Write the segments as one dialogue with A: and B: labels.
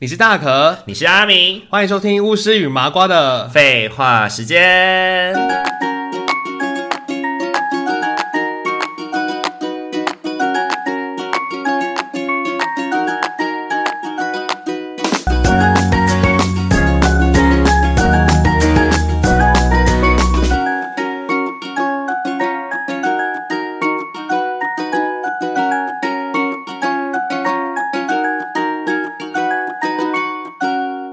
A: 你是大可，
B: 你是阿明，
A: 欢迎收听巫师与麻瓜的。
B: 废话时间。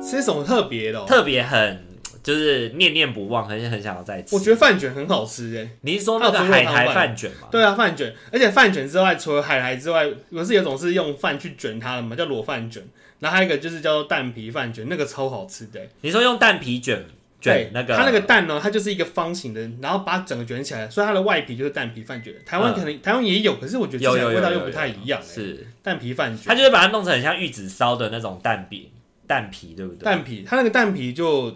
A: 吃什么特别的哦、
B: 特别很就是念念不忘，很很想要再吃。
A: 我觉得饭卷很好吃诶、
B: 你是说那个
A: 还有猪肉
B: 海
A: 汤
B: 苔
A: 饭
B: 饭卷吗？
A: 对啊，饭卷，而且饭卷之外，除了海苔之外，不是有种是用饭去卷它的嘛，叫裸饭卷。然后还有一个就是叫做蛋皮饭卷，那个超好吃的欸、
B: 你说用蛋皮卷卷
A: 对
B: 那个，
A: 它那个蛋呢，它就是一个方形的，然后把它整个卷起来，所以它的外皮就是蛋皮饭卷。台湾
B: 嗯
A: 可能、台湾也有，可是我觉得吃
B: 有
A: 起来
B: 有有
A: 味道又
B: 有
A: 不太一样、欸。
B: 是，
A: 蛋皮饭卷
B: 它，就是把它弄成很像玉子烧的那种蛋饼蛋皮，对不对？
A: 蛋皮，它那个蛋皮就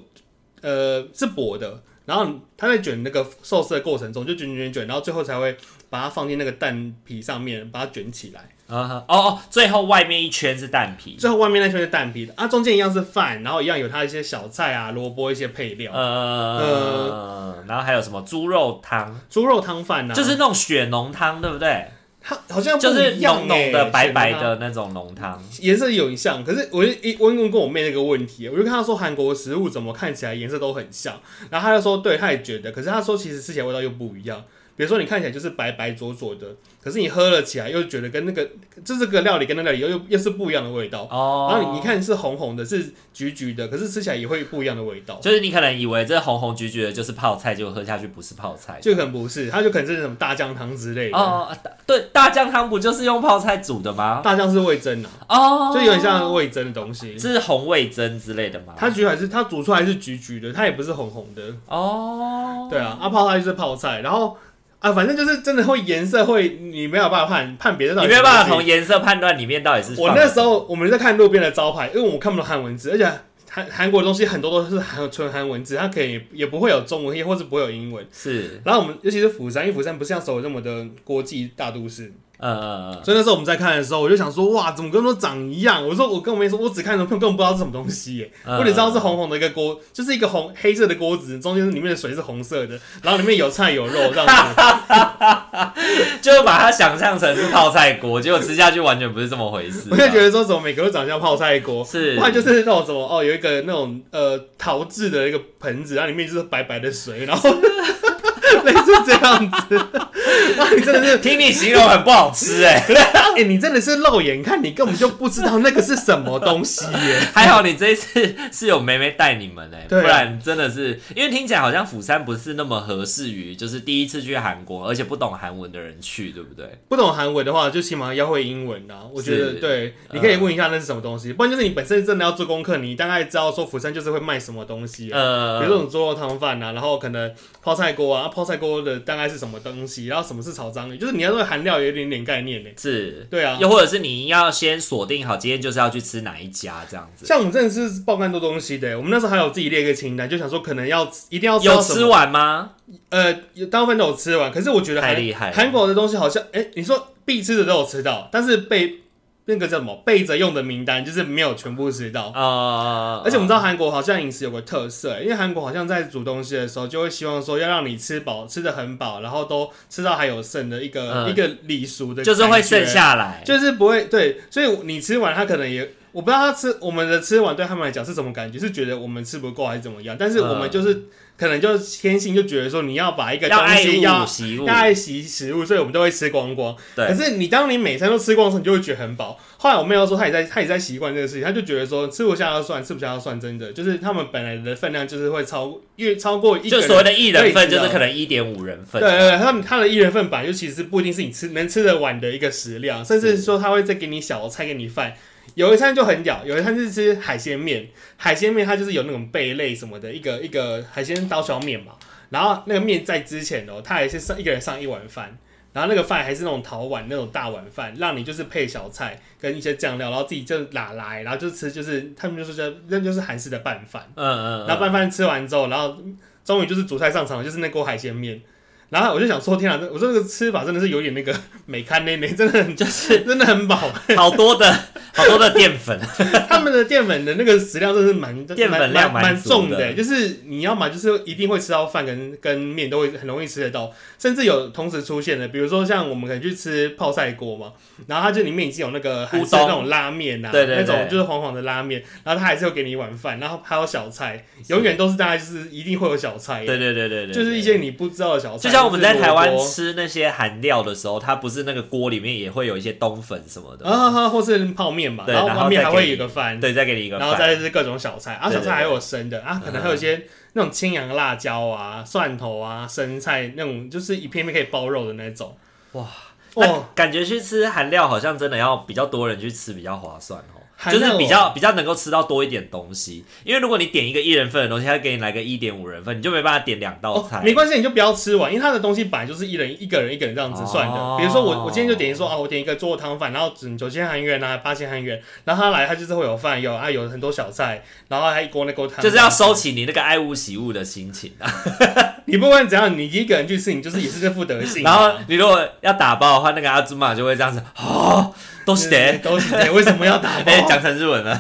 A: 呃是薄的，然后它在卷那个寿司的过程中就卷卷卷卷，然后最后才会把它放进那个蛋皮上面，把它卷起来。
B: 嗯哼，哦哦，最后外面一圈是蛋皮，
A: 最后外面那圈是蛋皮的啊，中间一样是饭，然后一样有它一些小菜啊、萝卜一些配料，
B: 呃，然后还有什么猪肉汤，
A: 猪肉汤饭啊，
B: 就是那种血浓汤，对不对？
A: 它好像不
B: 就是
A: 一样
B: 浓
A: 欸
B: 浓的、白白。
A: 选它
B: 的那种浓汤。
A: 颜色有影像，可是我就一我问过我妹那个问题，我就跟她说韩国食物怎么看起来颜色都很像，然后她就说对，她也觉得，可是她说其实吃起来味道又不一样。比如说你看起来就是白白浊浊的，可是你喝了起来又觉得跟那个这这个料理跟那料理又又又是不一样的味道。
B: 哦，
A: 然后你你看是红红的，是橘橘的，可是吃起来也会不一样的味道。
B: 就是你可能以为这红红橘橘的就是泡菜，结果喝下去不是泡菜。
A: 就可能不是，它就可能是什么大酱汤之类的。
B: 哦，大对，大酱汤不就是用泡菜煮的吗？
A: 大酱是味增啊，
B: 哦，
A: 就有点像味增的东西。
B: 是红味噌之类的吗？
A: 它橘还是它煮出来是橘橘的，它也不是红红的。
B: 哦，
A: 对啊，啊泡菜就是泡菜，然后啊反正就是真的会颜色会，你没有办法判判别的。
B: 你没有办法从。颜色判断里面到底是
A: 我
B: 放
A: 那时候我们在看路边的招牌，因为我看不懂韩文字，而且韩韩国的东西很多都是韩纯韩文字，它可以也不会有中文，也或是不会有英文。
B: 是
A: 然后我们尤其是釜山，因为釜山不是像首尔这么的国际大都市，
B: 呃
A: 所以那时候我们在看的时候，我就想说，哇，怎么跟都长一样？我说我跟我妹说，我只看图片，我根本不知道是什么东西耶，
B: 嗯
A: 我只知道是红红的一个锅，就是一个红黑色的锅子，中间里面的水是红色的，然后里面有菜有肉这样子。
B: 就把它想象成是泡菜锅，结果吃下去完全不是这么回事。啊
A: 我就觉得说，怎么每个都长像泡菜锅？
B: 是
A: 不然就是那种什么哦，有一个那种呃陶制的一个盆子，然后里面就是白白的水，然 后类似这样子。哇，你真的是，
B: 听你形容很不好吃哎、
A: 哎、你真的是肉眼看，你根本就不知道那个是什么东西 耶。
B: 还好你这一次 是有梅梅带你们哎、
A: 对啊
B: 不然真的是因为听起来好像釜山不是那么合适于就是第一次去韩国，而且不懂韩文的人去，对不对？
A: 不懂韩文的话，就起码要会英文啦。我觉得
B: 是
A: 对，
B: 嗯
A: 你可以问一下那是什么东西，不然就是你本身真的要做功课，你大概知道说釜山就是会卖什么东西、啊，
B: 呃，
A: 比如说种猪肉汤饭啊，然后可能泡菜锅啊，泡菜锅的大概是什么东西，然后什么是炒章鱼，就是你要对韩料有一点点概念呢、
B: 是，
A: 对啊，
B: 又或者是你要先锁定好今天就是要去吃哪一家这样子，
A: 像我们真的是爆干多东西的欸、我们那时候还有自己列一个清单，就想说可能要一定要吃到
B: 有
A: 什么
B: 吃完吗？
A: 呃，有大部分都有吃完，可是我觉得
B: 太
A: 韩
B: 厉害了
A: 韩国的东西好像，哎、你说必吃的都有吃到，但是被那个叫什么备着用的名单就是没有全部吃到。
B: 呃，
A: 而且我们知道韩国好像饮食有个特色、欸因为韩国好像在煮东西的时候就会希望说要让你吃饱，吃的很饱，然后都吃到还有剩的一个、
B: 嗯
A: 一个礼俗的，
B: 就是会剩，下来，
A: 就是不会对，所以你吃完他可能也。我不知道他吃我们的吃完对他们来讲是什么感觉，是觉得我们吃不够还是怎么样？但是我们
B: 嗯
A: 就是、可能就天性就觉得说你要把一个
B: 要
A: 东
B: 爱
A: 西要
B: 物惜物，
A: 大爱惜食物，所以我们都会吃光光。可
B: 对，
A: 是你当你每餐都吃光的时候，你就会觉得很饱。后来我妹又说，她也在，她也在习惯这个事情，她就觉得说吃不下要算，吃不下要算，真的就是他们本来的分量就是会超越超过一个
B: 就
A: 人。
B: 所谓的一人份，
A: 对
B: 就是可能一点五人份
A: 对，对对，他们他的一人份版就其实不一定是你吃能吃得完的一个食量，甚至说他会再给你小菜给你饭。有一餐就很屌，有一餐是吃海鲜面，海鲜面它就是有那种贝类什么的一个一个海鲜刀削面嘛。然后那个面在之前哦，他还是上一个人上一碗饭，然后那个饭还是那种陶碗那种大碗饭，让你就是配小菜跟一些酱料，然后自己就拿来，然后就吃，就是他们就说叫那就是韩式的拌饭。
B: 嗯嗯
A: 然
B: 嗯，
A: 后拌饭吃完之后，然后终于就是主菜上场，就是那锅海鲜面。然后我就想说，天啊，这我 说这个吃法真的是有点那个美堪内内，真的很
B: 就是
A: 真的很饱。
B: 嗯好多的好多的淀 粉，
A: 他们的淀粉的那个食量真的是蛮
B: 淀粉量
A: 蛮
B: 蛮
A: 蛮
B: 足
A: 重
B: 的
A: 欸就是你要嘛就是一定会吃到饭跟跟面都会很容易吃得到，甚至有同时出现的，比如说像我们可能去吃泡菜锅嘛，然后它就里面已经有那个韩式
B: 乌冬
A: 那种拉面呐、啊，
B: 对对
A: 那
B: 对
A: 种就是黄黄的拉面，然后它还是会给你一碗饭，然后还有小菜，永远都是大家就是一定会有小菜欸，
B: 对对对对对，
A: 就是一些你不知道的小菜，
B: 就像我们在台湾
A: 或是
B: 吃那些韩料的时候，它不是那个锅里面也会有一些冬粉什么的，
A: 萝卜啊，啊或是泡面嘛，
B: 对
A: 然后
B: 然后
A: 泡面
B: 再
A: 还
B: 给
A: 会
B: 你
A: 有一个饭，
B: 对，再给你一个
A: 然后
B: 饭，
A: 再是各种小菜，啊，
B: 对对嗯
A: 小菜还有生的啊，可能还有一些那种青阳辣椒啊、蒜头啊、生菜那种，就是一片片可以包肉的那种。
B: 哇，那
A: 哦，
B: 感觉去吃韩料好像真的要比较多人去吃比较划算哦。
A: 韩
B: 就
A: 料啊
B: 是比较比较能够吃到多一点东西，因为如果你点一个一人份的东西，他给你来个一点五人份，你就没办法点两道
A: 哦
B: 菜。，
A: 没关系，你就不要吃完，因为它的东西本来就是一人一个人一个人这样子算
B: 哦
A: 的。比如说我我今天就点说啊，我点一个做汤饭，然后只九千韩元啊，八千韩元，然后他来他就是会有饭有啊，有很多小菜，然后还一锅那锅汤，
B: 就是要收起你那个爱屋及乌的心情啊。
A: 你不管怎样，你一个人去吃，你就是也是这副德性啊。
B: 然后你如果要打包的话，那个阿祖玛就会这样子，哦，都是得，
A: 嗯都是得，为什么要打包
B: 哎，？讲成日文了。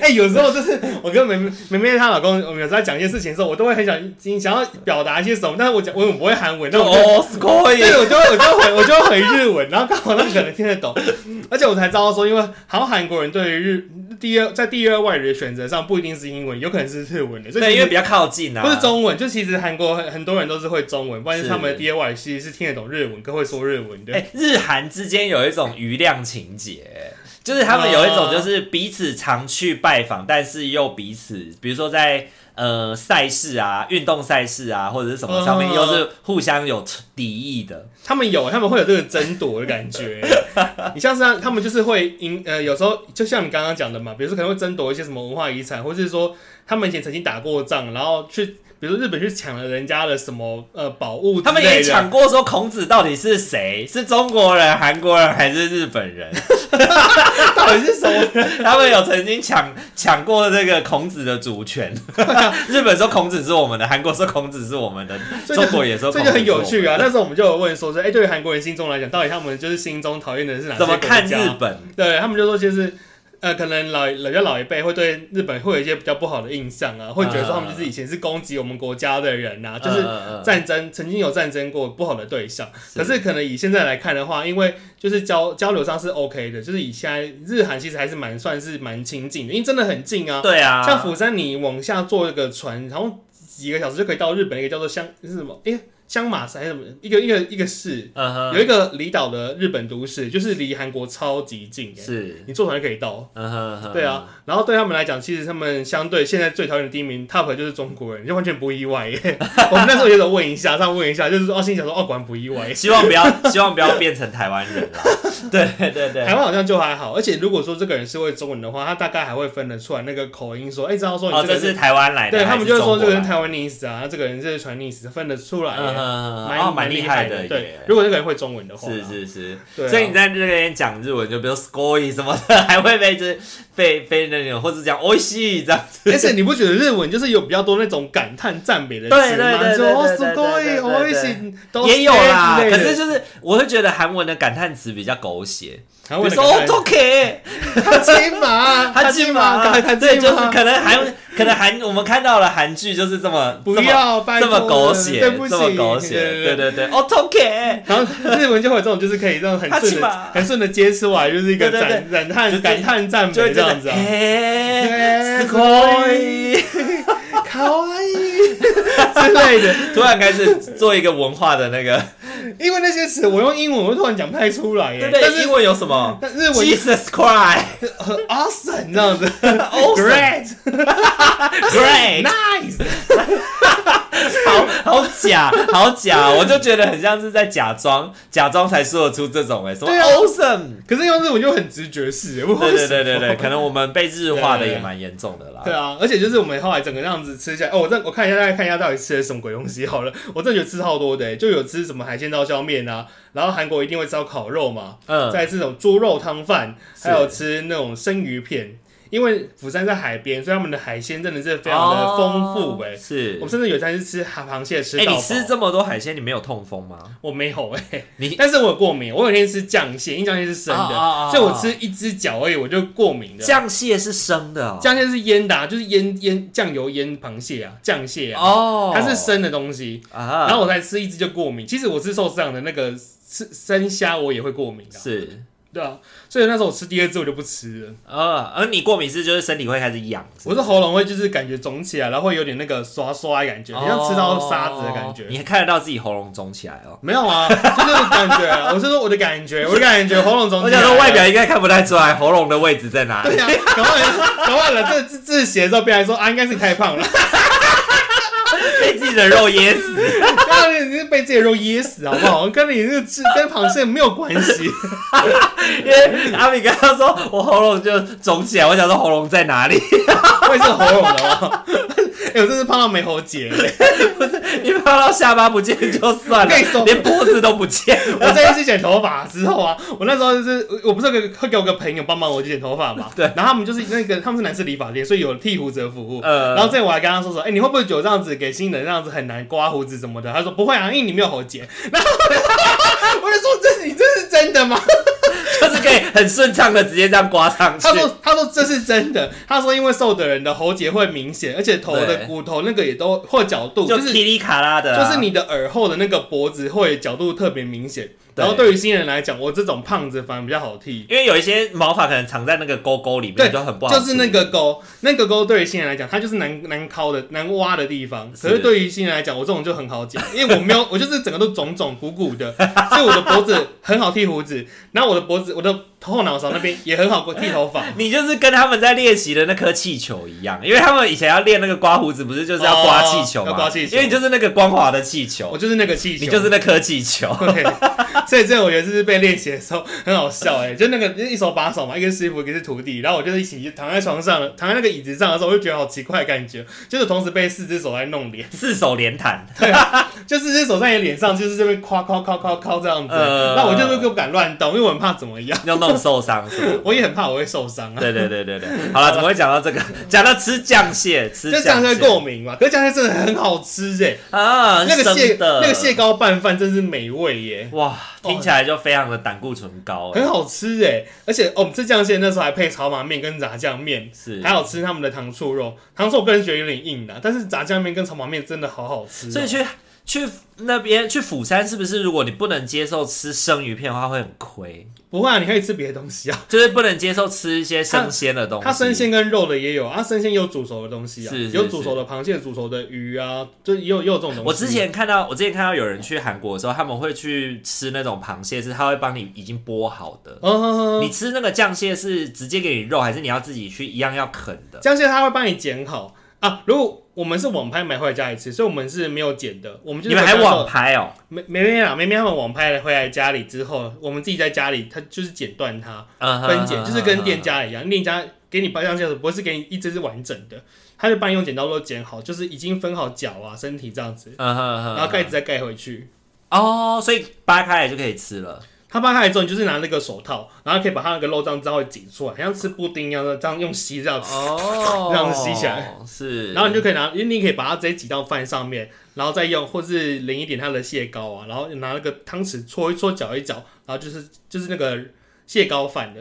A: 哎、有时候就是我跟梅梅梅梅她老公，我们有时候在讲一些事情的时候，我都会很想想要表达一些什么，但是我讲我我不会韩文， 那
B: 就
A: 我就。
B: 哦，すごい。
A: 对，我就会我就会回我就会回日文，然后刚好那个人听得懂，而且我才知道说，因为好像韩国人对于日第二在第二外语的选择上不一定是英文，有可能是日文的，所以
B: 对，
A: 其
B: 因
A: 实
B: 为比较靠近啊。
A: 不是中文，就其实韩国很很多人都是会中文，不然是
B: 是
A: 他们的第二外语其实是听得懂日文跟会说日文的。
B: 哎、日韩之间有一种余量情节，就是他们有一种就是彼此常去拜访，但是又彼此，比如说在呃赛事啊、运动赛事啊或者是什么上面，
A: 嗯
B: 又是互相有敌意的。
A: 他们有，他们会有这个争夺的感 觉。你像是他们就是会因呃，有时候就像你刚刚讲的嘛，比如说可能会争夺一些什么文化遗产，或是说他们以前曾经打过仗，然后去比如说日本去抢了人家的什么呃宝物之类的，
B: 他们也抢过说孔子到底是谁，是中国人、韩国人还是日本人？
A: 到底是什么？
B: 他们有曾经抢抢过这个孔子的主权。 日本说孔子是我们的，韩国说孔子是我们的，
A: 所以
B: 中国也说
A: 这
B: 孔
A: 就
B: 子
A: 很
B: 是我
A: 有
B: 们
A: 趣
B: 的
A: 啊！那时候我们就有问说说，哎、对于韩国人心中来讲，到底他们就是心中讨厌的是哪些
B: 怎么
A: 国
B: 看日
A: 家？
B: 本？
A: 对他们就说，其实呃，可能老老家老一辈会对日本会有一些比较不好的印象啊，会觉得说他们就是以前是攻击我们国家的人
B: 嗯
A: 啊，就是
B: 是
A: 战争曾经有战争过不好的对象，
B: 是
A: 可是可能以现在来看的话，因为就是交交流上是 OK 的，就是以现在日韩其实还是蛮算是蛮亲近的，因为真的很近啊。
B: 对啊，
A: 像釜山，你往下坐一个船，然后几个小时就可以到日本一个叫做香是什么？哎、香马山还是什么？一个一个一个市，
B: 嗯哼，
A: 有一个离岛的日本都市，就是离韩国超级近、诶
B: 是，
A: 你坐船就可以到。
B: 嗯哼哼，
A: 对，啊，然后对他们来讲，其实他们相对现在最讨厌的第一名 top 就是中国人，就完全不意外耶。 我们那时候也有问一下，他们问一下，就是说哦，心想说哦，果然不意外。
B: 希望不要， 希望不要变成台湾人 啦。对对
A: 台
B: 对，
A: 湾好像就还好，而且如果说这个人是会中文的话，他大概还会分得出来那个口音说，哎，知道说
B: 哦，
A: 你
B: 这
A: 这个
B: 是台湾来的，
A: 对他们就会说这个人
B: 人，
A: 台湾 nese 啊，这个人是传 nese，分得出来
B: 嗯
A: 耶，
B: 哼哼，
A: 蛮
B: 哦，蛮
A: 厉
B: 厉
A: 害
B: 的
A: 对
B: 耶，。
A: 如果这个人会中文的话啦，
B: 是是是，
A: 对啊
B: 所以你在这边讲日文，就比如 scoy 什么的，还会被这被被那种，或者讲おいしい这样子。
A: 而且你不觉得日文就是有比较多那种感叹赞美的词吗？
B: 对
A: 说
B: 对对对
A: 哦，
B: 对
A: す
B: 对
A: ごい
B: 对，
A: おい
B: 对
A: しい，哦都
B: 也有啦，
A: 之类
B: 可
A: 的
B: 是就是我会觉得韩文的感叹词比较狗血，
A: 韩
B: 比如
A: 文的
B: 说哦
A: 感叹
B: o k
A: 他金 马，
B: 韩剧嘛，
A: 赶快看
B: 对，
A: 金
B: 就是
A: 马，
B: 可能韩，可能韩，我们看到了韩剧就是这么
A: 不
B: 这么
A: 要拜
B: 这
A: 托
B: 么狗
A: 了
B: 血，
A: 对不
B: 这
A: 起，
B: 么狗血，对。对对哦 o k
A: 然后日文就会有这种，就是可以让很
B: 哈
A: 顺
B: 基
A: 的
B: 玛、
A: 很顺的接出来，就是一个
B: 对对
A: 赞赞
B: 就
A: 叹、
B: 是
A: 感叹、赞
B: 就
A: 美
B: 会
A: 这
B: 觉
A: 样子
B: 得
A: 啊。
B: 哎，
A: 哎
B: すごい，
A: 卡哇伊 之类的，
B: 突然开始做一个文化的那个，
A: 因为那些词我用英文，我突然讲不太出来
B: 对
A: 耶。
B: 不
A: 但
B: 对？
A: 是
B: 英文有什么
A: 但日文
B: ？Jesus Christ，
A: 很 awesome 这样子
B: awesome，
A: ，great
B: great，
A: nice，
B: 好好假，好假，我就觉得很像是在假装，假装才说得出这种哎，什么
A: 对啊
B: awesome。
A: 可是用日文就很直觉式耶，不
B: 对对对对对，可
A: 能。
B: 能我们被日化的也蛮严重的啦
A: 对。啊，而且就是我们后来整个那样子吃下来，哦，我真我看一下，大家看一下到底吃了什么鬼东西好了。我真的觉得吃超多的、欸就有吃什么海鲜刀削面啊，然后韩国一定会吃到烤肉嘛，
B: 嗯，
A: 再来吃那种猪肉汤饭，
B: 是
A: 还有吃那种生鱼片。因为釜山在海边，所以他们的海鲜真的是非常的丰富哎、
B: 哦是
A: 我们，甚至有一餐是吃螃螃蟹吃
B: 哎，
A: 到饱、
B: 你吃这么多海鲜，你没有痛风吗？
A: 我没有哎、
B: 你
A: 但是我有过敏，我有一天吃酱蟹，因为酱蟹是生的，
B: 哦哦哦哦
A: 所以我吃一只脚而已，我就过敏的。
B: 酱蟹是生的哦，
A: 酱蟹是腌的、啊，就是腌腌酱油腌螃蟹啊，酱蟹啊，
B: 哦，
A: 它是生的东西，
B: 啊，
A: 然后我才吃一只就过敏。其实我吃寿司郎的那个吃生虾，我也会过敏的、啊，
B: 是
A: 对啊，所以那时候我吃第二只我就不吃了，
B: 呃，而你过敏是就是身体会开始痒，是
A: 我
B: 吗
A: 的喉咙会就是感觉肿起来，然后会有点那个刷刷的感觉，好像吃到沙子的感
B: 哦
A: 觉。
B: 你还看得到自己喉咙肿起来哦。
A: 没有啊，就是感觉啊，我是说我的感觉，我的感觉喉咙肿起
B: 我
A: 来
B: 想
A: 了。
B: 说外表应该看不太出来喉咙的位置在哪
A: 对
B: 里。
A: 呀、啊，搞忘了，搞忘了，这这这写的时候，别人还说啊，应该是你太胖了，
B: 被自己的肉噎死。
A: 然后你是被自己的肉噎死，好不好？跟你那个吃跟螃蟹没有关系。
B: 因为阿米刚刚说我喉咙就肿起来，我想说喉咙在哪里？
A: 会是喉咙的吗？ 哎、我真是胖到没喉结 了。
B: 你碰到下巴不见就算
A: 我跟你说
B: 了，连脖子都不见了。
A: 我这一次剪头发之后啊，我那时候就是我我不是有个会给我个朋友帮忙我去剪头发嘛，
B: 对
A: 然后他们就是那个他们是男士理发店，所以有剃胡子的服务。
B: 呃
A: 然后这我还跟他说说，哎、你会不会觉得这样子给新人这样子很难刮胡子什么的？他说不会啊，因为你没有喉结。然后 我就说这你这是真的吗？
B: 就是可以很顺畅的直接这样刮上去
A: 他。说：“他说这是真的。他说因为瘦的人的喉结会明显，而且头的
B: 对
A: 骨头那个也都或角度，
B: 就
A: 就是
B: 噼里卡啦的啊、
A: 就是你的耳后的那个脖子会角度特别明显。然后对于新人来讲，我这种胖子反而比较好剃，
B: 因为有一些毛发可能藏在那个沟沟里
A: 对
B: 面，就很不好处
A: 就
B: 理。
A: 是那个沟，那个沟对于新人来讲，它就是难难敲的、难挖的地方。可是
B: 是
A: 对于新人来讲，我这种就很 好讲，因为我没有，我就是整个都肿肿鼓鼓的，所以我的脖子很好剃胡子，然后我的脖子、我的后脑勺那边也很好剃头发。”
B: 你就是跟他们在练习的那颗气球一样，因为他们以前要练那个刮胡子，不是就是要刮气球
A: 哦
B: 吗？
A: 要刮气球
B: 因为你就是那个光滑的气球
A: 我，就是那个气球，
B: 你就是那颗气球。
A: 对，所以这我觉得就是被练习的时候很好笑哎、就那个就是一手把手嘛，一个是师傅，一个是徒弟，然后我就是一起躺在床上，躺在那个椅子上的时候，我就觉得好奇怪的感觉，就是同时被四只手在弄脸，
B: 四手连弹，
A: 就四只手在你脸上，就是这边夸夸夸夸夸这样子、
B: 呃
A: 那我就是不敢乱动，因为我很怕怎么样，
B: 要弄受伤是吗？
A: 我也很怕我会受伤啊。
B: 对对对对对，好了，怎么会讲到这个？讲到吃酱蟹，吃
A: 就
B: 酱
A: 酱
B: 蟹
A: 菜过敏嘛，可是酱菜真的很好吃哎、
B: 啊，
A: 那个蟹
B: 生的
A: 那个蟹膏拌饭真是美味耶、
B: 哇，听起来就非常的胆固醇高哎
A: 很，好吃哎、而且哦，我们吃酱蟹那时候还配炒马面跟炸酱面，
B: 是
A: 还。有吃他们的糖醋肉，糖醋我个人觉得有点硬的，但是炸酱面跟炒毛面真的好好吃哦、
B: 所以去去那边去釜山，是不是如果你不能接受吃生鱼片的话，会很亏？
A: 不会啊，你可以吃别的东西啊，
B: 就是不能接受吃一些生鲜的东西。
A: 它生鲜跟肉的也有，啊，生鲜有煮熟的东西啊，
B: 哦是是
A: 有煮熟的螃蟹、煮熟的鱼啊，就也有也有这种东西。
B: 我之前看到，我之前看到有人去韩国的时候，他们会去吃那种螃蟹，是他会帮你已经剥好的。
A: 嗯，
B: 你吃那个酱蟹是直接给你肉，还是你要自己去一样要啃的？
A: 酱蟹它会帮你剪好啊，如果我们是网拍买回来家里吃，所以我们是没有剪的，我们就
B: 你
A: 是
B: 们还
A: 回家的时候
B: 网拍哦、
A: 梅梅梅啊，梅梅他们网拍回来家里之后，我们自己在家里，他就是剪断它，
B: 嗯哼
A: 分解，就是跟店。
B: 嗯哼
A: 家一样，店家给你包酱蟹的时候不是给你一只是完整的，他就帮你用剪刀都剪好，就是已经分好脚啊、身体这样子，
B: 嗯哼嗯哼，
A: 然后盖子再盖回去。
B: 哦，所以扒开来就可以吃了。
A: 他扒开来之后，你就是拿那个手套，然后可以把它那个肉酱稍微挤出来，像吃布丁一样的，这样用吸这样子，
B: 哦，
A: 这样吸起来
B: 是，
A: 然后你就可以拿，因为你可以把它直接挤到饭上面，然后再用或是淋一点它的蟹膏啊，然后拿那个汤匙搓一搓、搅一搅，然后就是就是那个蟹膏饭的，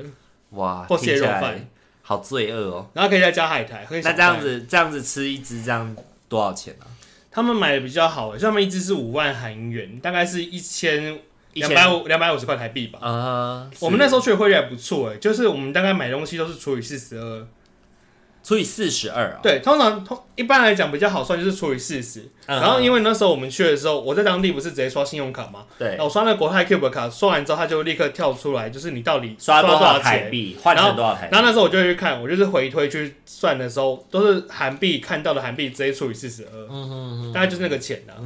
B: 哇，
A: 或蟹肉
B: 听起来
A: 饭，
B: 好罪恶哦。
A: 然后可以再加海苔。可以
B: 那
A: 小
B: 这样
A: 菜
B: 子这样子吃一只这样多少钱啊？
A: 他们买的比较好欸，所以他们一只是五万韩元，大概是一千两
B: 1000
A: 百五两百五十块台币吧。
B: 啊、
A: 我们那时
B: 候
A: 候去的汇率还不错哎，就是我们大概买东西都是除以四十二，
B: 除以四十二，哦
A: 对，通常通一般来讲比较好算就是除以四十、
B: 嗯
A: 然后因为那时候我们去的时候，我在当地不是直接刷信用卡嘛，
B: 对
A: 然后我刷那个国泰 Cube 卡，刷完之后它就会立刻跳出来，就是你到底
B: 刷
A: 多
B: 多
A: 少
B: 少
A: 钱
B: 台币换成多少台币？
A: 然后那时候我就会去看，我就是回推去算的时候，都是韩币看到的韩币直接除以四十
B: 嗯
A: 二，大概就是那个钱啊。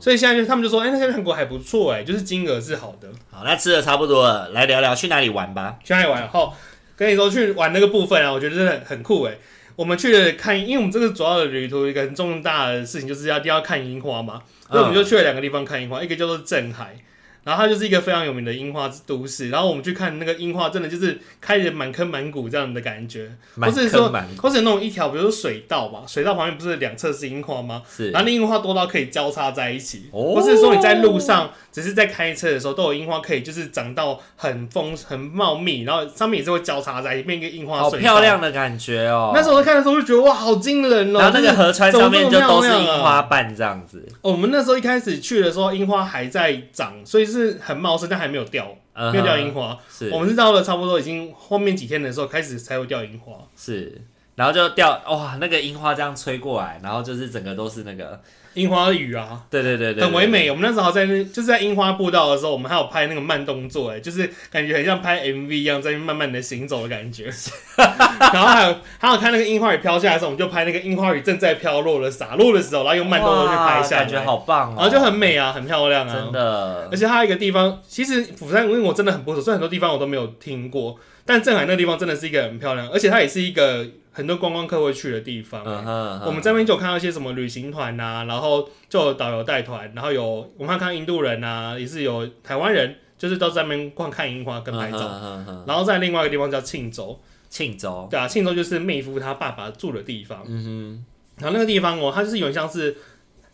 A: 所以现在就他们就说，哎、那现在韩国还不错哎、就是金额是好的。
B: 好，那吃的差不多了，来聊聊去哪里玩吧。
A: 去哪里玩？然后跟你说去玩那个部分啊，我觉得真的很很酷哎、我们去了看，因为我们这个主要的旅途一个很
B: 嗯
A: 重大的事情就是要一定要看樱花嘛，所以我们就去了两个地方看樱花，一个叫做镇海，然后它就是一个非常有名的樱花都市。然后我们去看那个樱花，真的就是开的满坑满谷这样的感觉，或
B: 满
A: 者
B: 坑
A: 说
B: 满谷
A: 或者那种一条，比如说水道吧，水道旁边不是两侧是樱花吗？
B: 是
A: 然后那樱花多到可以交叉在一起，
B: 哦
A: 或是说你在路上只是在开车的时候，都有樱花可以就是长到很丰很茂密，然后上面也是会交叉在一起，变一个樱花
B: 好
A: 隧道
B: 哦漂。亮的感觉哦。
A: 那时候我在看的时候就觉得哇，好惊人哦！
B: 然后那
A: 就是
B: 个河川上面就都
A: 怎么这么
B: 是
A: 漂
B: 樱
A: 亮啊
B: 花瓣这样子，
A: 我们那时候一开始去的时候，樱花还在长，所以是很茂盛，但还没有掉，
B: 嗯哼
A: 没有掉樱花。
B: 是
A: 我们是到了差不多已经后面几天的时候开始才会掉樱花，
B: 是，然后就掉哇，那个樱花这样吹过来，然后就是整个都是那个，
A: 樱花雨啊。
B: 对对对对，
A: 很唯
B: 对。
A: 美。我们那时候在那，就是在樱花步道的时候，我们还有拍那个慢动作、哎，就是感觉很像拍 MV 一样，在那边慢慢的行走的感觉。 然后还有还有看那个樱花雨飘下来的时候，我们就拍那个樱花雨正在飘落了洒落的时候，然后用慢动作去
B: 哇
A: 拍下来，
B: 感觉，好棒哦，
A: 然后就很美啊，很漂亮啊，
B: 真的
A: 而且它有一个地方，其实釜山因为我真的很不熟，所以很多地方我都没有听过。但镇海那个地方真的是一个很漂亮，而且它也是一个很多观光客会去的地方。
B: 嗯哼嗯哼，
A: 我们在那边就有看到一些什么旅行团呐、然后就有导游带团，然后有我们还看到印度人呐、也是有台湾人，就是都在那边逛看樱花跟拍照。
B: 嗯哼嗯哼嗯哼
A: 然后在另外一个地方叫庆州，
B: 庆州，
A: 对啊，庆州就是妹夫他爸爸住的地方。
B: 嗯
A: 然后那个地方哦，它就是有点像是，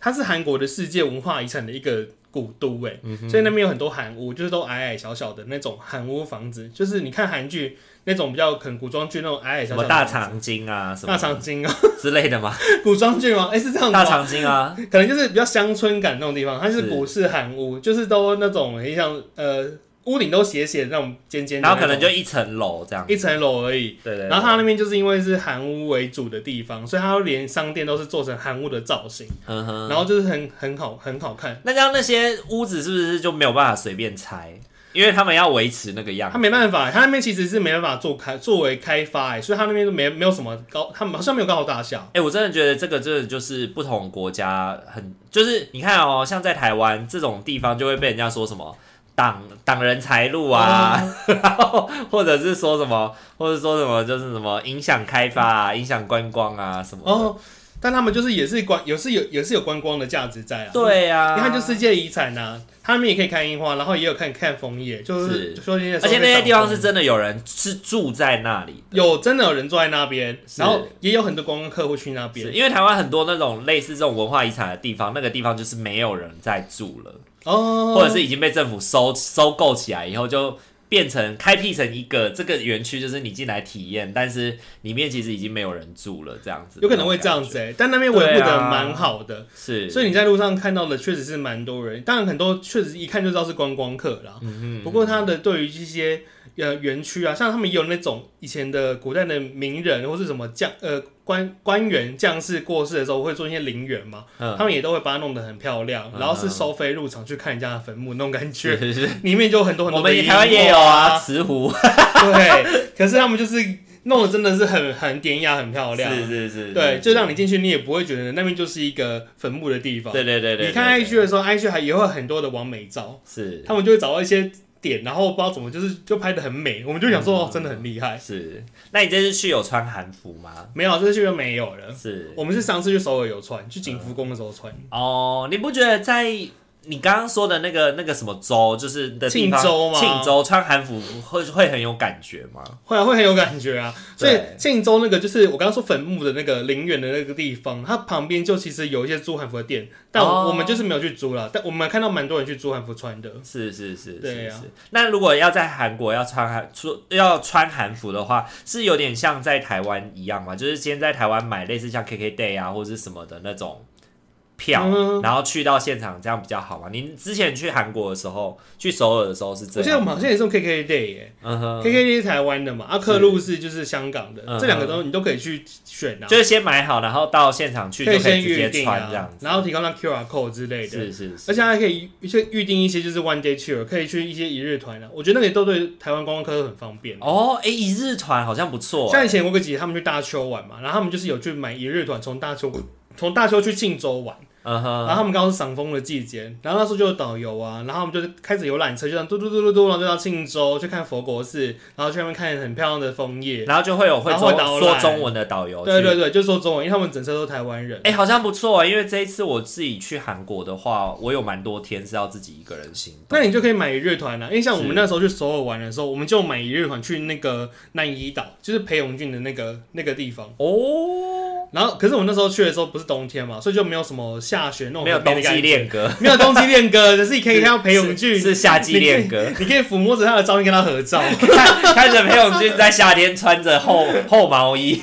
A: 它是韩国的世界文化遗产的一个古都哎，
B: 嗯
A: 所以那边有很多韩屋，就是都矮矮小小的那种韩屋房子，就是你看韩剧那种比较可能古装剧那种矮矮
B: 哼，什
A: 小
B: 么
A: 小的
B: 大
A: 房子
B: 长今啊，什么
A: 大长今啊，
B: 之类的吗？
A: 古装剧吗？哎、是这样子吗？
B: 大长今啊，
A: 可能就是比较乡村感那种地方，它就是
B: 是
A: 古式韩屋，就是都那种很像呃屋顶都斜斜的那种尖尖的
B: 然
A: 那
B: 后
A: 种，
B: 可能就一层楼这样，
A: 一层楼而已。
B: 对对，对
A: 然后它那边就是因为是韩屋为主的地方，所以它连商店都是做成韩屋的造型。
B: 嗯哼，
A: 然后就是很很好很好看。
B: 那这样那些屋子是不是就没有办法随便拆？因为他们要维持那个样
A: 他
B: 子。
A: 没办法，他那边其实是没办法做开作为开发、欸，所以他那边都没没有什么高，他们好像没有高楼大厦。
B: 哎、我真的觉得这个真的就是不同国家很，就是你看哦，像在台湾这种地方就会被人家说什么挡挡人财路啊，
A: 哦
B: 然后或者是说什么，或者说什么就是什么影响开发啊，影响观光啊什么的。
A: 哦，但他们就是也是观，也是有也是有观光的价值在啊。，
B: 对呀、啊，
A: 你看就世界遗产呐、啊，他们也可以看樱花，然后也有看看枫叶，就是
B: 是
A: 就说那些，
B: 而且那些地方是真的有人是住在那里
A: 有真的有人坐在那边，
B: 是
A: 然后也有很多观光客会去那
B: 是
A: 边。
B: 因为台湾很多那种类似这种文化遗产的地方，那个地方就是没有人在住了。
A: 哦，
B: 或者是已经被政府收收购起来以后，就变成开辟成一个这个园区，就是你进来体验，但是里面其实已经没有人住了，这样子
A: 有可能会这样子、欸，但那边维护
B: 对啊
A: 的蛮好的。
B: 是，
A: 所以你在路上看到的确实是蛮多人，当然很多确实一看就知道是观光客啦。
B: 嗯
A: 不过他的对于这些呃园区啊，像他们也有那种以前的古代的名人或是什么将呃官官员将士过世的时候会做一些陵园嘛，
B: 嗯
A: 他们也都会把它弄得很漂亮，
B: 嗯
A: 然后是收费入场去看人家的坟墓那种感觉，
B: 是是是
A: 里面就有很多很
B: 我
A: 多的
B: 们
A: 樱
B: 台
A: 花。啊
B: 湾也有啊，慈湖，
A: 对，可是他们就是弄得真的是很很典雅、很漂亮。
B: 是是是，
A: 对，
B: 是
A: 就让你进去，你也不会觉得那边就是一个坟墓的地方。
B: 对对对对，
A: 你看
B: 对
A: IG 的时候，IG 还也会有很多的完美照，
B: 是
A: 他们就会找到一些点，然后不知道怎么就是就拍的很美，我们就想
B: 嗯
A: 说、哦，真的很厉害。
B: 是，那你这次去有穿韩服吗？
A: 没有，这次去就没有了。
B: 是
A: 我们是上次去首尔有穿，去景福宫的时候穿。
B: 哦，你不觉得在？你刚刚说的那个那个什么州，就是的地方
A: 庆州吗
B: 庆州穿韩服会会很有感觉吗？
A: 会啊，会很有感觉啊！所以
B: 对
A: 庆州那个就是我刚刚说坟墓的那个陵园的那个地方，它旁边就其实有一些租韩服的店，但
B: 哦
A: 我们就是没有去租啦。但我们看到蛮多人去租韩服穿的，
B: 是是是，
A: 对
B: 是
A: 啊
B: 是。那如果要在韩国要穿韩穿要穿韩服的话，是有点像在台湾一样嘛？就是先在台湾买类似像 KK Day 啊或者是什么的那种票，
A: 嗯
B: 然后去到现场这样比较好嘛？您之前去韩国的时候，去首尔的时候是这
A: 我记得我
B: 样
A: 们
B: 吗，
A: 好像也是用 KK Day 耶、
B: 嗯哼，
A: k k Day 是台湾的嘛，阿克路是就是香港的
B: 嗯，
A: 这两个都你都可以去选啊。
B: 就是先买好，然后到现场去就
A: 可以
B: 可
A: 先
B: 以直
A: 预
B: 接
A: 定
B: 穿这
A: 啊
B: 样，子，
A: 然后提供到 QR code 之类的，
B: 是是
A: 而
B: 是，
A: 且还可以预先预定一些就是 one day tour，可以去一些一日团啊。我觉得那个也都对台湾观光客很方便。
B: 哦，哎、一日团好像不错，啊
A: 像以前我有个姐姐他们去大邱玩嘛，然后他们就是有去买一日团，从大邱从大邱去庆州玩，
B: 嗯哼，
A: 然后他们刚好是赏枫的季节，然后那时候就有导游啊，然后我们就是开着游览车，就这样嘟嘟嘟嘟嘟，然后就到庆州去看佛国寺，然后去那边看很漂亮的枫叶。
B: 然后就会有会
A: 然后
B: 说
A: 会导览
B: 说中文的导游去，
A: 对对对，就说中文，因为他们整车都是台湾人。
B: 哎、好像不错、因为这一次我自己去韩国的话，我有蛮多天是要自己一个人行动。
A: 那你就可以买一日团啊了、因为像我们
B: 是
A: 那时候去首尔玩的时候，我们就买一日团去那个南怡岛，就是裴勇俊的那个那个地方。
B: 哦，
A: 然后，可是我们那时候去的时候不是冬天嘛，所以就没有什么下雪那种
B: 没有
A: 很美的
B: 冬
A: 感
B: 季
A: 觉，
B: 恋歌，
A: 没有冬季恋歌，只是你可以看到裴勇俊
B: 是是夏季恋歌。
A: 你可以抚摸着他的照片跟他合 照。
B: 看看着裴勇俊在夏天穿着厚厚 毛衣，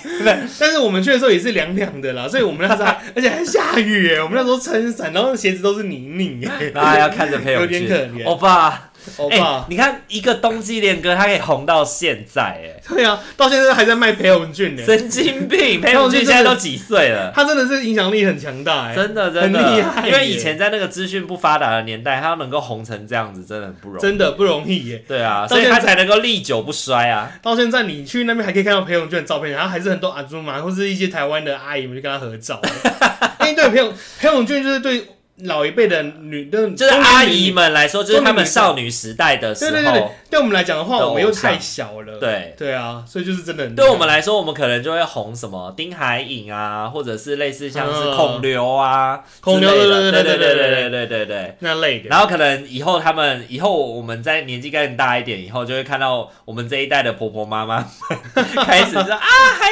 A: 但是我们去的时候也是凉凉的啦，所以我们那时候还而且还下雨耶，我们那时候撑伞，然后鞋子都是泥泞 耶。
B: 然后还要看着裴勇俊，
A: 有点可怜
B: 欧巴，
A: 欧
B: 哎、
A: 巴，
B: 你看一个冬季恋歌，它可以红到现在、
A: 对啊，到现在还在卖裴勇俊
B: 哎，
A: 呢，
B: 神 经病！裴勇俊现在都几岁了？
A: 他真的是影响力很强大哎，
B: 真的真的，
A: 很厉害耶
B: 因为以前在那个资讯不发达的年代，他能够红成这样子，真的很不容易。
A: 真的不容易耶。
B: 对啊，
A: 到
B: 所以
A: 现
B: 他
A: 在
B: 才能够历久不衰啊。
A: 到现在你去那边还可以看到裴勇俊的照片，然后还是很多阿朱玛或是一些台湾的阿姨们去跟他合 照。因为对裴勇裴勇俊就是对老一辈的女，就是
B: 就是阿姨
A: 们。
B: 们来说，就是他们少女时代的时
A: 对对对对
B: 候，，
A: 对我们来讲的话，
B: 的偶
A: 我们又太
B: 像
A: 小了。
B: 对
A: 对啊，所以就是真的很
B: 对我们来说，我们可能就会红什么丁海颖啊，或者是类似像是孔刘啊之
A: 嗯孔
B: 类
A: 刘
B: 的，对
A: 对对
B: 对对
A: 对
B: 对
A: 对
B: 对对对对。
A: 那类的。
B: 然后可能以后他们以后我们在年纪更大一点以后，就会看到我们这一代的婆婆妈 妈们开始说啊，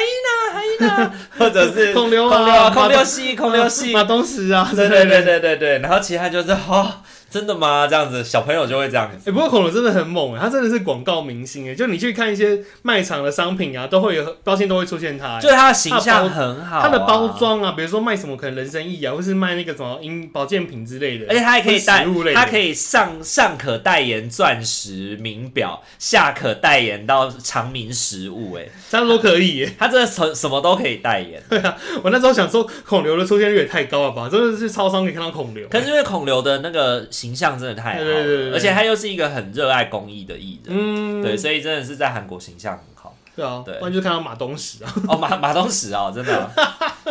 B: 海英啊，海 英啊，或者是
A: 孔刘
B: 孔刘
A: 啊，
B: 孔刘戏孔刘 戏，
A: 马东石啊，
B: 对
A: 对对对
B: 对对
A: 对。
B: 对对对。然后其他就是哦，真的吗？这样子小朋友就会这样子。
A: 哎、不过孔刘真的很猛哎，他真的是广告明星哎，就你去看一些卖场的商品啊，都会有标签都会出现他
B: 就
A: 欸。
B: 是它的形象很好、啊
A: 他的包，装啊，比如说卖什么可能人参意啊，或是卖那个什么营保健品之类的，
B: 而且它还可以代
A: 食物类，的
B: 它可以上上可代言钻石名表，下可代言到长明食物、欸，
A: 他都可以欸。
B: 它真的什什么都可以代言。
A: 我那时候想说，孔刘的出现率也太高了吧，真的是超商可以看到孔刘。
B: 可是因为孔刘的那个形象真的太好了，
A: 对对对对对
B: 而且他又是一个很热爱公益的艺人，
A: 嗯，
B: 对，所以真的是在韩国形象很好。
A: 对啊，
B: 对
A: 不然就看到马东石啊。
B: 哦， 马马东石哦，真的哦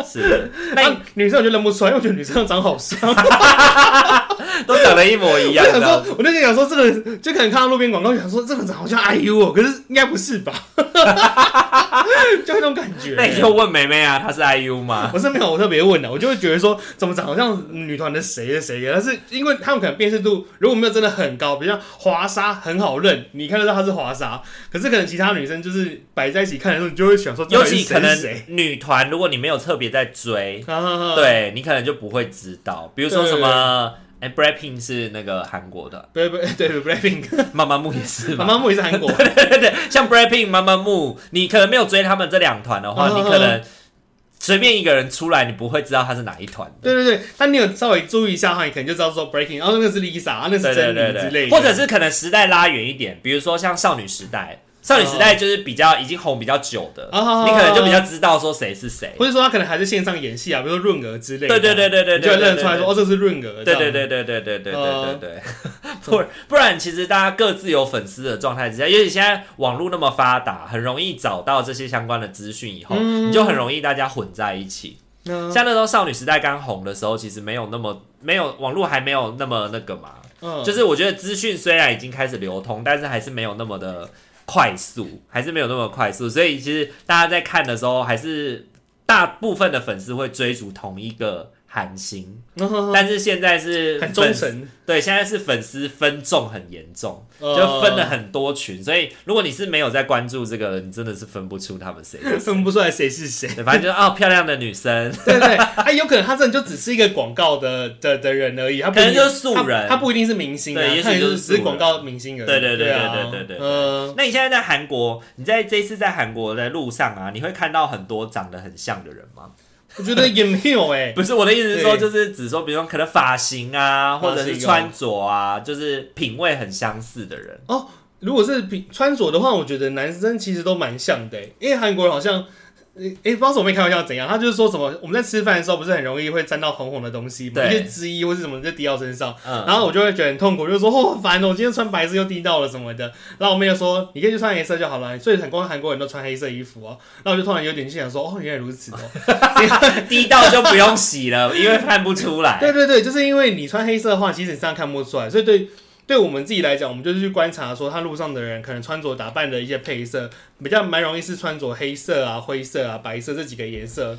B: 是，那你
A: 啊女生我就认不出来，因为我觉得女生长好 像。我
B: 都长得一模一样，
A: 想
B: 知道吗
A: 说，我就想说，这个人就可能看到路边广告，想说这个长好像 IU 哦，可是应该不是吧？ 就那种感觉。
B: 那你就问梅梅啊，她是 IU 吗？
A: 我是没有特别问的，我就会觉得说，怎么长好像女团的谁的谁的，但是因为他们可能辨识度如果没有真的很高，比如像华莎很好认，你看得到她是华莎，可是可能其他女生就是摆在一起看的时候，你就会想说，
B: 尤其可
A: 到底
B: 能
A: 是谁
B: 女团，如果你没有特别在追，
A: 是谁，啊，
B: 对你可能就不会知道，比如说什
A: 对
B: 么。哎、b r a c k p i n k 是那个韩国的，
A: 对 对对对，Blackpink，
B: 妈妈木也是
A: 妈
B: 嘛，
A: 妈木也是韩国，
B: 对对对，像 b r a c k p i n k 妈妈木，你可能没有追他们这两团的话，
A: 嗯嗯
B: 你
A: 嗯
B: 可能随便一个人出来，你不会知道他是哪一团的，
A: 对对对，但你有稍微注意一下的话，你可能就知道说 breaking，然后那个是 Lisa，啊那
B: 对
A: 是
B: 对
A: 珍
B: 对
A: 妮
B: 对
A: 之类的，
B: 或者是可能时代拉远一点，比如说像少女时代，少女时
A: 嗯
B: 代就是比较已经红比较久的，
A: 啊
B: 你可能就比较知道说谁是谁，
A: 或者说他可能还在线上演戏啊，比如说润儿之类的，
B: 对对对对对对，
A: 你就会认得出来
B: 对
A: 说哦，这是润儿，
B: 对对
A: 这样，
B: 对对对对对对对
A: 呃
B: 对，不然不然，其实大家各自有粉丝的状态之下，尤其现在网络那么发达，很容易找到这些相关的资讯以后，
A: 嗯
B: 你就很容易大家混在一起。
A: 那
B: 像那时候少女时代刚红的时候，其实没有那么没有网络还没有那么那个嘛，
A: 嗯
B: 就是我觉得资讯虽然已经开始流通，但是还是没有那么的快速，还是没有那么快速，所以其实大家在看的时候，还是大部分的粉丝会追逐同一个韩星。
A: 嗯
B: 但是现在是
A: 很忠
B: 粉丝，
A: 诚，
B: 对，现在是粉丝分众很严重，就
A: 呃
B: 分了很多群，所以如果你是没有在关注这个的，你真的是分不出他们谁是谁。
A: 分不出来谁是谁。
B: 对，反正就是哦，漂亮的女生，
A: 对对，哎，有可能他真的就只是一个广告的的的人而已，他不一定
B: 可能就是素人
A: 他他不一定是明星啊，
B: 对也许
A: 他也
B: 就是
A: 是
B: 素
A: 只
B: 人
A: 是广告明星而已。
B: 对对对对
A: 啊
B: 对对对对
A: 嗯，
B: 那你现在在韩国，你在这一次在韩国的路上啊，你会看到很多长得很像的人吗？
A: 我觉得也没有哎，
B: 不是我的意思是说，
A: 对
B: 就是只说，比如说可能发型啊，或者
A: 发
B: 是
A: 型哦
B: 穿着啊，就是品味很相似的人。
A: 如果是比穿着的话，我觉得男生其实都蛮像的欸，因为韩国人好像诶、诶不知道是我妹开玩笑怎样，她就是说什么我们在吃饭的时候不是很容易会沾到红红的东西嘛，
B: 对
A: 一些汁液或是什么就滴到身上，
B: 嗯，
A: 然后我就会觉得很痛苦，就说哦好烦哦，我今天穿白色又滴到了什么的。然后我妹就说你可以去穿黑色就好了，所以很多韩国人都穿黑色衣服哦。然后我就突然有点心想说哦，原来如此哦。
B: 低到就不用洗了，因为看不出来。
A: 对对对，就是因为你穿黑色的话，其实你这样看不出来，所以对。对我们自己来讲，我们就是去观察说，他路上的人可能穿着打扮的一些配色，比较蛮容易是穿着黑色啊、灰色啊、白色这几个颜色。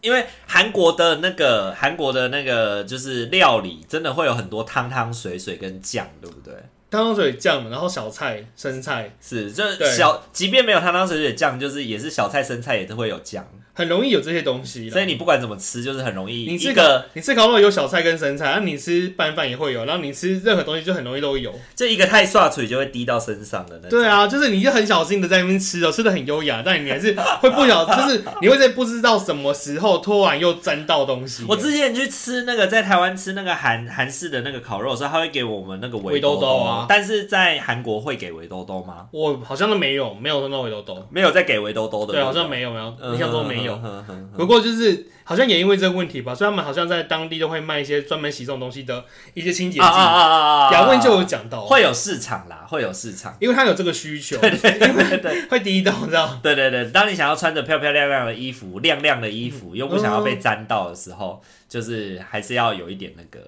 B: 因为韩国的那个韩国的那个就是料理，真的会有很多汤汤水水跟酱，对不对？
A: 汤汤水酱，然后小菜、生菜，
B: 是，就是
A: 对
B: 小，即便没有汤汤水水酱，就是也是小菜生菜也是会有酱，
A: 很容易有这些东西啦。
B: 所以你不管怎么吃，就是很容易
A: 你
B: 一
A: 吃
B: 个
A: 你吃烤肉有小菜跟生菜，然后你吃拌饭也会有，然后你吃任何东西就很容易都有。
B: 就一个太刷嘴就会滴到身上的那种。
A: 对啊，就是你就很小心的在那边吃哦，吃的很优雅，但你还是会不小，就是你会在不知道什么时候突然又沾到东西。
B: 我之前去吃那个在台湾吃那个韩韩式的那个烤肉的时候，他会给我们那个
A: 围兜
B: 兜
A: 兜啊
B: 但是在韩国会给围兜兜吗？
A: 我好像都没有，没有弄到围兜兜，
B: 没有在给围兜兜的，
A: 对，好像没有，没有，
B: 嗯，
A: 印象中没有。
B: 嗯。嗯嗯嗯
A: 不过就是好像也因为这个问题吧，所以他们好像在当地就会卖一些专门洗这种东西的一些清洁剂。
B: 啊啊啊啊啊啊！
A: 雅问就有讲到，
B: 会有市场啦，会有市 场。
A: 因为他有这个需求，
B: 对对对
A: 会第一道你知道吗。
B: 对对对，当你想要穿着漂漂亮亮的衣服、亮亮的衣服，又不想要被沾到的时候，就是还是要有一点那个。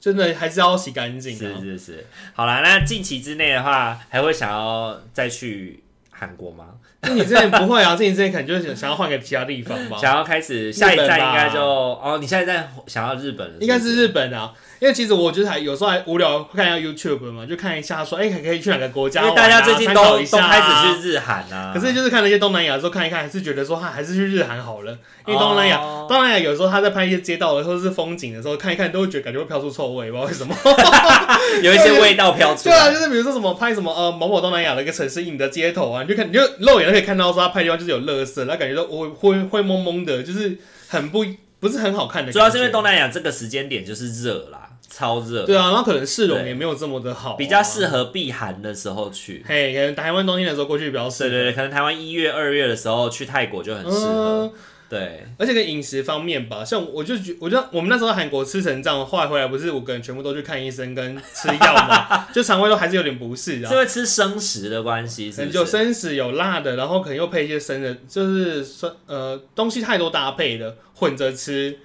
A: 真的还是要洗干净
B: 是
A: 啊。
B: 是是，好啦，那近期之内的话，还会想要再去韩国吗？
A: 那你之前不会啊， 自己之前可能就是想要换个其他地方吧，
B: 想要开始下一站
A: 日本吧
B: 应该就哦，你下一站想要日本了，
A: 应该
B: 不
A: 是日本啊。因为其实我觉得还有时候还无聊，看一下 YouTube 嘛，就看一下说，哎、还可以去哪个国家
B: 因
A: 玩啊、
B: 为大家最近
A: 参
B: 都、
A: 考一
B: 都
A: 下啊
B: 开始去日韩啊，
A: 可是就是看了一些东南亚的时候看一看，还是觉得说，哈，还是去日韩好了。因为东南亚，
B: 哦
A: 东南亚有时候他在拍一些街道的或者是风景的时候，看一看都会觉得感觉会飘出臭味，不知道为什么。
B: 有一些味道飘出
A: 对啊，
B: 来，
A: 就是比如说什么拍什么呃某某东南亚的一个城市，你的街头啊，你就看你就肉眼都可以看到说他拍地方就是有哦垃圾，然后感觉到我灰灰蒙蒙的，就是很不不是很好看的感觉。
B: 主要是因为东南亚这个时间点就是热啦，超热，
A: 对啊，然后可能市容
B: 对
A: 也没有这么的好啊、
B: 比较适合避寒的时候去。
A: 嘿，可能台湾冬天的时候过去比较适
B: 对
A: 合。
B: 对对，可能台湾一月、二月的时候去泰国就很适合。
A: 嗯，
B: 对，
A: 而且跟饮食方面吧，像我就觉，我就我们那时候在韩国吃成这样，后来回来不是我个人全部都去看医生跟吃药嘛， 就肠胃都还是有点不适啊
B: 是。因为吃生食的关系，是
A: 很
B: 不
A: 久
B: 是？
A: 生食有辣的，然后可能又配一些生的，就是酸呃东西太多搭配了，混着吃，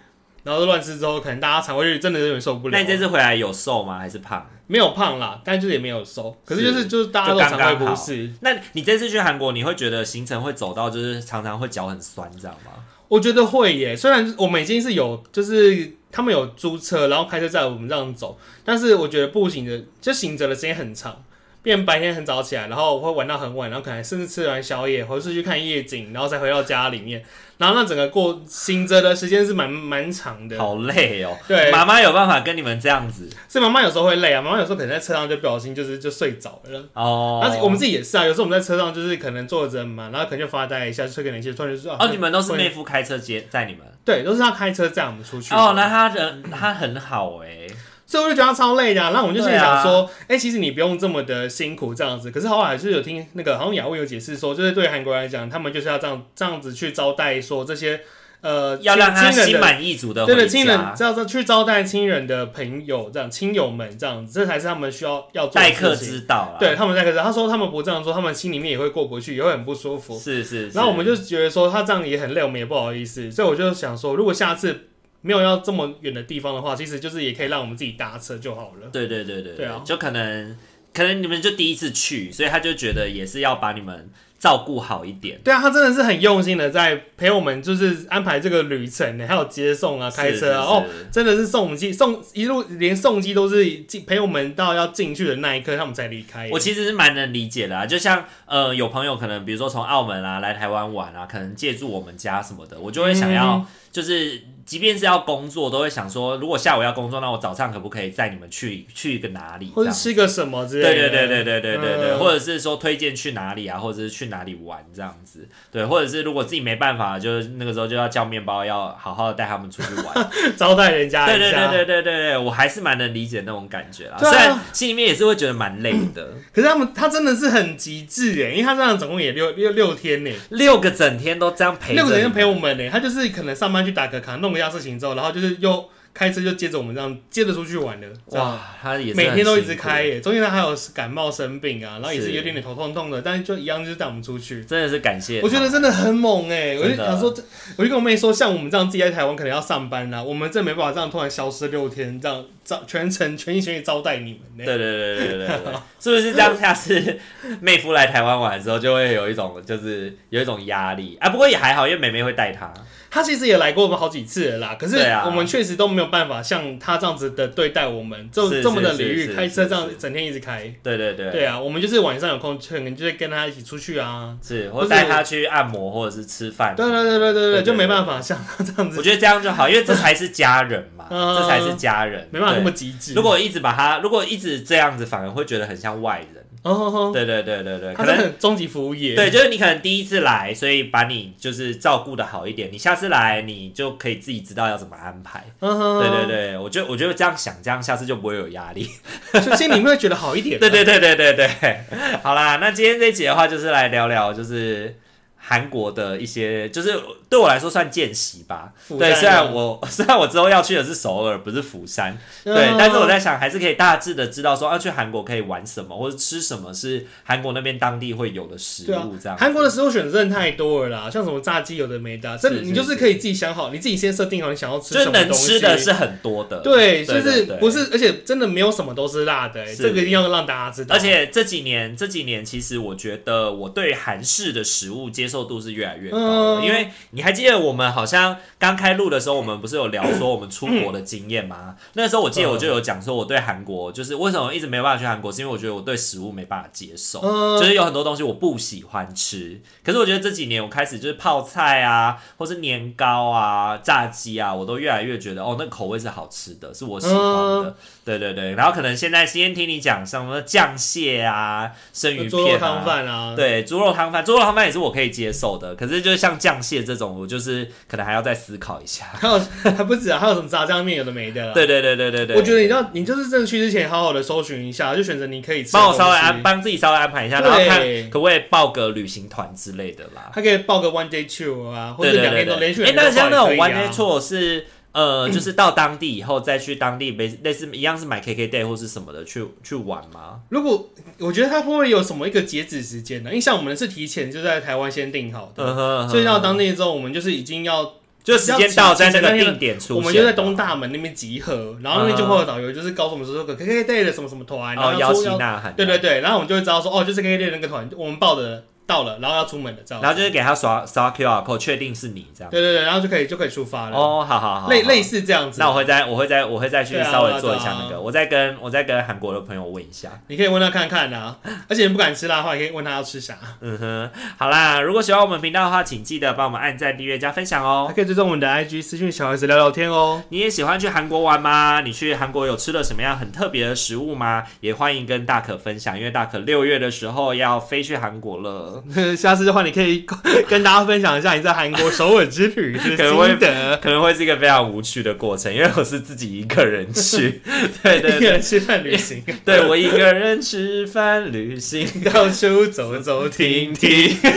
A: 然后都乱吃之后，可能大家肠胃就真的有点受不了
B: 那你。这次回来有瘦吗？还是胖？
A: 没有胖啦，但就是也没有瘦，可是就是是就是大家都
B: 就刚
A: 肠胃
B: 刚好
A: 不适。
B: 那你这次去韩国，你会觉得行程会走到就是常常会脚很酸，这样吗？
A: 我觉得会耶，虽然我们已经是有，就是他们有租车，然后开车载我们这样走，但是我觉得步行的就醒着的时间很长，变白天很早起来，然后会玩到很晚，然后可能甚至吃完宵夜，或是去看夜景，然后再回到家里面，然后那整个过醒着的时间是蛮蛮长的。
B: 好累哦。
A: 对
B: 妈妈有办法跟你们这样子
A: 所以妈妈有时候会累啊，妈妈有时候可能在车上就不小心就是就睡着了。
B: 哦。
A: 但是我们自己也是啊，有时候我们在车上就是可能坐着嘛，然后可能就发呆一下，吹个冷气，突然就说啊
B: 哦，你们都是
A: 会
B: 妹夫开车接载你们
A: 对，都是他开车载我们出去。
B: 哦，那他人他很好哎，
A: 所以我就觉得他超累的啊、那我们就心里
B: 对啊
A: 想说，哎、其实你不用这么的辛苦这样子。可是后来就是有听那个好像雅慧有解释说，就是对韩国人来讲，他们就是要这样这样子去招待说这些呃
B: 要让他
A: 亲人
B: 心
A: 的
B: 满意足的
A: 对
B: 回
A: 对亲人
B: 家，
A: 这样子去招待亲人的朋友这样亲友们这样子，这才是他们需要要做的
B: 待
A: 事
B: 客
A: 情。
B: 之道啦。
A: 对他们待客之道，他说他们不这样做，他们心里面也会过不去，也会很不舒服。
B: 是是是。
A: 然后我们就觉得说他这样也很累，我们也不好意思，所以我就想说，如果下次没有要这么远的地方的话，其实就是也可以让我们自己搭车就好了。
B: 对对对对
A: 对啊
B: 就可能可能你们就第一次去，所以他就觉得也是要把你们照顾好一点。
A: 对啊，他真的是很用心的在陪我们，就是安排这个旅程呢，还有接送啊、开车啊，哦，
B: 是，是是
A: 真的是送机送一路连送机都是进陪我们到要进去的那一刻，他们才离开耶。
B: 我其实是蛮能理解的啊，就像呃，
A: 嗯
B: 有朋友可能比如说从澳门啊来台湾玩啊，可能借住我们家什么的，我就会想要就是即便是要工作，都会想说，如果下午要工作，那我早上可不可以载你们去去一个哪里？
A: 或
B: 这
A: 者
B: 样
A: 吃个什么之类的。
B: 对对对对对对对对，
A: 嗯
B: 或者是说推荐去哪里啊，或者是去哪里玩这样子，对，或者是如果自己没办法，就是那个时候就要叫面包要好好的带他们出去玩，
A: 招待人家
B: 对
A: 一
B: 对对
A: 下。
B: 对对对对，我还是蛮能理解那种感觉啦，
A: 对啊
B: 虽然心里面也是会觉得蛮累的，
A: 可是他们他真的是很极致欸耶，因为他这样总共也六六六天呢，
B: 六个整天都这样陪着，
A: 六个人陪我，们呢。他就是可能上班去打个卡，弄一下事情之后，然后就是又开车就接着我们这样接着出去玩的。这样，
B: 哇，他也是
A: 每天都一直
B: 很辛苦
A: 开，耶，中间他还有感冒生病啊，然后也是
B: 是
A: 有点点头痛痛的，但是就一样就是带我们出去。
B: 真的是感谢他，
A: 我觉得真的很猛哎、我就
B: 真的
A: 想说，这我就跟我妹说，像我们这样自己在台湾可能要上班啦、我们真没办法这样突然消失六天，这样招全程全心全意招待你们呢、
B: 对对对对对对，是不是这样？下次妹夫来台湾玩的时候，就会有一种就是有一种压力啊。不过也还好，因为妹妹会带他。
A: 她其实也来过我们好几次了啦，可是
B: 对啊
A: 我们确实都没有办法像她这样子的对待我们，这
B: 是
A: 这么的
B: 是
A: 礼
B: 是
A: 遇，
B: 是
A: 开车这样
B: 是
A: 整天一直开。
B: 对对对，
A: 对啊，我们就是晚上有空，可能就会跟她一起出去啊。
B: 是
A: 或
B: 或
A: 是
B: 带他去按摩或者是吃饭。
A: 对对对对对
B: 对
A: 对，就没办
B: 法。
A: 法像她这样
B: 我
A: 子，
B: 觉得这样就好，因为这才是家人嘛，
A: 嗯
B: 这才是家人，
A: 没办法那么
B: 对。
A: 极致。
B: 如果一直把他，如果一直这样子，反而会觉得很像外人。
A: 哦吼吼，
B: 对对对对对，
A: 她
B: 可
A: 是
B: 能
A: 很终极服务业。
B: 对，就是你可能第一次来，所以把你就是照顾的好一点，你下次来你就可以自己知道要怎么安排。
A: 嗯哼，
B: 对对对，我觉得我觉得这样想，这样下次就不会有压力。
A: 对，所以心里面会觉得好一点啊。
B: 对对对对对对，好啦，那今天这一集的话，就是来聊聊就是韩国的一些，就是对我来说算见习吧。
A: 釜山
B: 对，
A: 啊
B: 虽然我 虽然我之后要去的是首尔，不是釜山，
A: 嗯
B: 对，但是我在想，还是可以大致的知道说，要、啊去韩国可以玩什么，或者吃什么是韩国那边当地会有的食
A: 对啊
B: 物这样。
A: 韩国的食物选择真的太多了啦，像什么炸鸡有的没的啊，这
B: 是是
A: 你就是可以自己想好，你自己先设定好你想要吃
B: 就
A: 什
B: 是
A: 么
B: 能
A: 东西。
B: 吃的是很多的，
A: 对，就
B: 对
A: 是
B: 对对
A: 不是，而且真的没有什么都是辣的、欸，
B: 是
A: 这个一定要让大家知道。
B: 而且这几年，这几年其实我觉得我对韩式的食物接受度是越来越高了，
A: 嗯
B: 因为你还记得我们好像刚开录的时候，我们不是有聊说我们出国的经验
A: 嗯
B: 吗？那时候我记得我就有讲说，我对韩国就是为什么一直没办法去韩国，是因为我觉得我对食物没办法接受，
A: 嗯
B: 就是有很多东西我不喜欢吃。可是我觉得这几年我开始就是泡菜啊，或是年糕啊、炸鸡啊，我都越来越觉得哦，那口味是好吃的，是我喜欢的。
A: 嗯
B: 对对对，然后可能现在今天听你讲什么酱蟹啊、生鱼
A: 猪肉
B: 片
A: 汤
B: 啊。
A: 饭啊，
B: 对，猪肉汤饭，猪肉汤饭也是我可以接受的，可是就是像酱蟹这种，我就是可能还要再思考一下。
A: 还有还不止啊，还有什么炸酱面有的没的啊啦。
B: 对对对对对对，
A: 我觉得你要你就是正去之前好好的搜寻一下，就选择你可以吃的
B: 帮我稍微
A: 东
B: 安，
A: 西。
B: 帮自己稍微安排一下，
A: 对
B: 然后看可不可以报个旅行团之类的啦。
A: 还可以报个 one day tour 啊，或
B: 对
A: 者
B: 对
A: 两
B: 对
A: 天都连
B: 对
A: 续
B: 对，
A: 两
B: 哎，
A: 天都报也
B: 那像那种
A: 可以
B: one day
A: 啊。
B: tour 是呃，就是到当地以后再去当地类类似一样是买 KK day 或是什么的去去玩吗？
A: 如果我觉得它会不会有什么一个截止时间呢？因为像我们是提前就在台湾先定好的，
B: 嗯哼，
A: 所以到
B: 要
A: 当地之后，我们就是已经要，
B: 就时间到在那
A: 要
B: 个
A: 提前
B: 定点出现，
A: 我们就在东大门那边集合，然后那边就会有导游，就是告诉我们说，可 K K Day 的什么什么团，然
B: 哦
A: 后
B: 摇
A: 要出
B: 旗
A: 要，
B: 呐喊，
A: 对对，对，然后我们就会知道说，哦，就是 K K Day 那个团，我们报的到了，然后要出门了，这样，
B: 然后就是给他刷刷 QR code，确定是你这样。
A: 对对对，然后就可以就可以出发了，
B: 哦，好好好，
A: 类
B: 好
A: 类。似这样子
B: 那。我会再我会再我会再去
A: 对啊
B: 稍微
A: 对啊
B: 做一下
A: 对啊
B: 那个，我再跟我再跟韩国的朋友问一下。
A: 你可以问他看看啊，而且你不敢吃辣的话，也可以问他要吃啥，
B: 嗯哼，好啦，如果喜欢我们频道的话，请记得帮我们按赞、订阅、加分享
A: 还
B: 哦。
A: 可以追踪我们的 IG 私讯小 S 聊聊天哦。
B: 你也喜欢去韩国玩吗？你去韩国有吃了什么样很特别的食物吗？也欢迎跟大可分享，因为大可六月的时候要飞去韩国了。
A: 下次的话，你可以跟大家分享一下你在韩国首尔之旅 的
B: 可能会
A: 心得，
B: 可能会是一个非常无趣的过程，因为我是自己一个人 去，对对
A: 一
B: 对
A: 个人吃饭旅行。
B: 对，我一个人吃饭、旅行、
A: 到处走走停
B: 听
A: 停，
B: 听。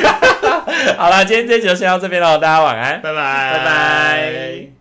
B: 好了，今天这集就先到这边了，大家晚安。
A: 拜拜
B: 拜拜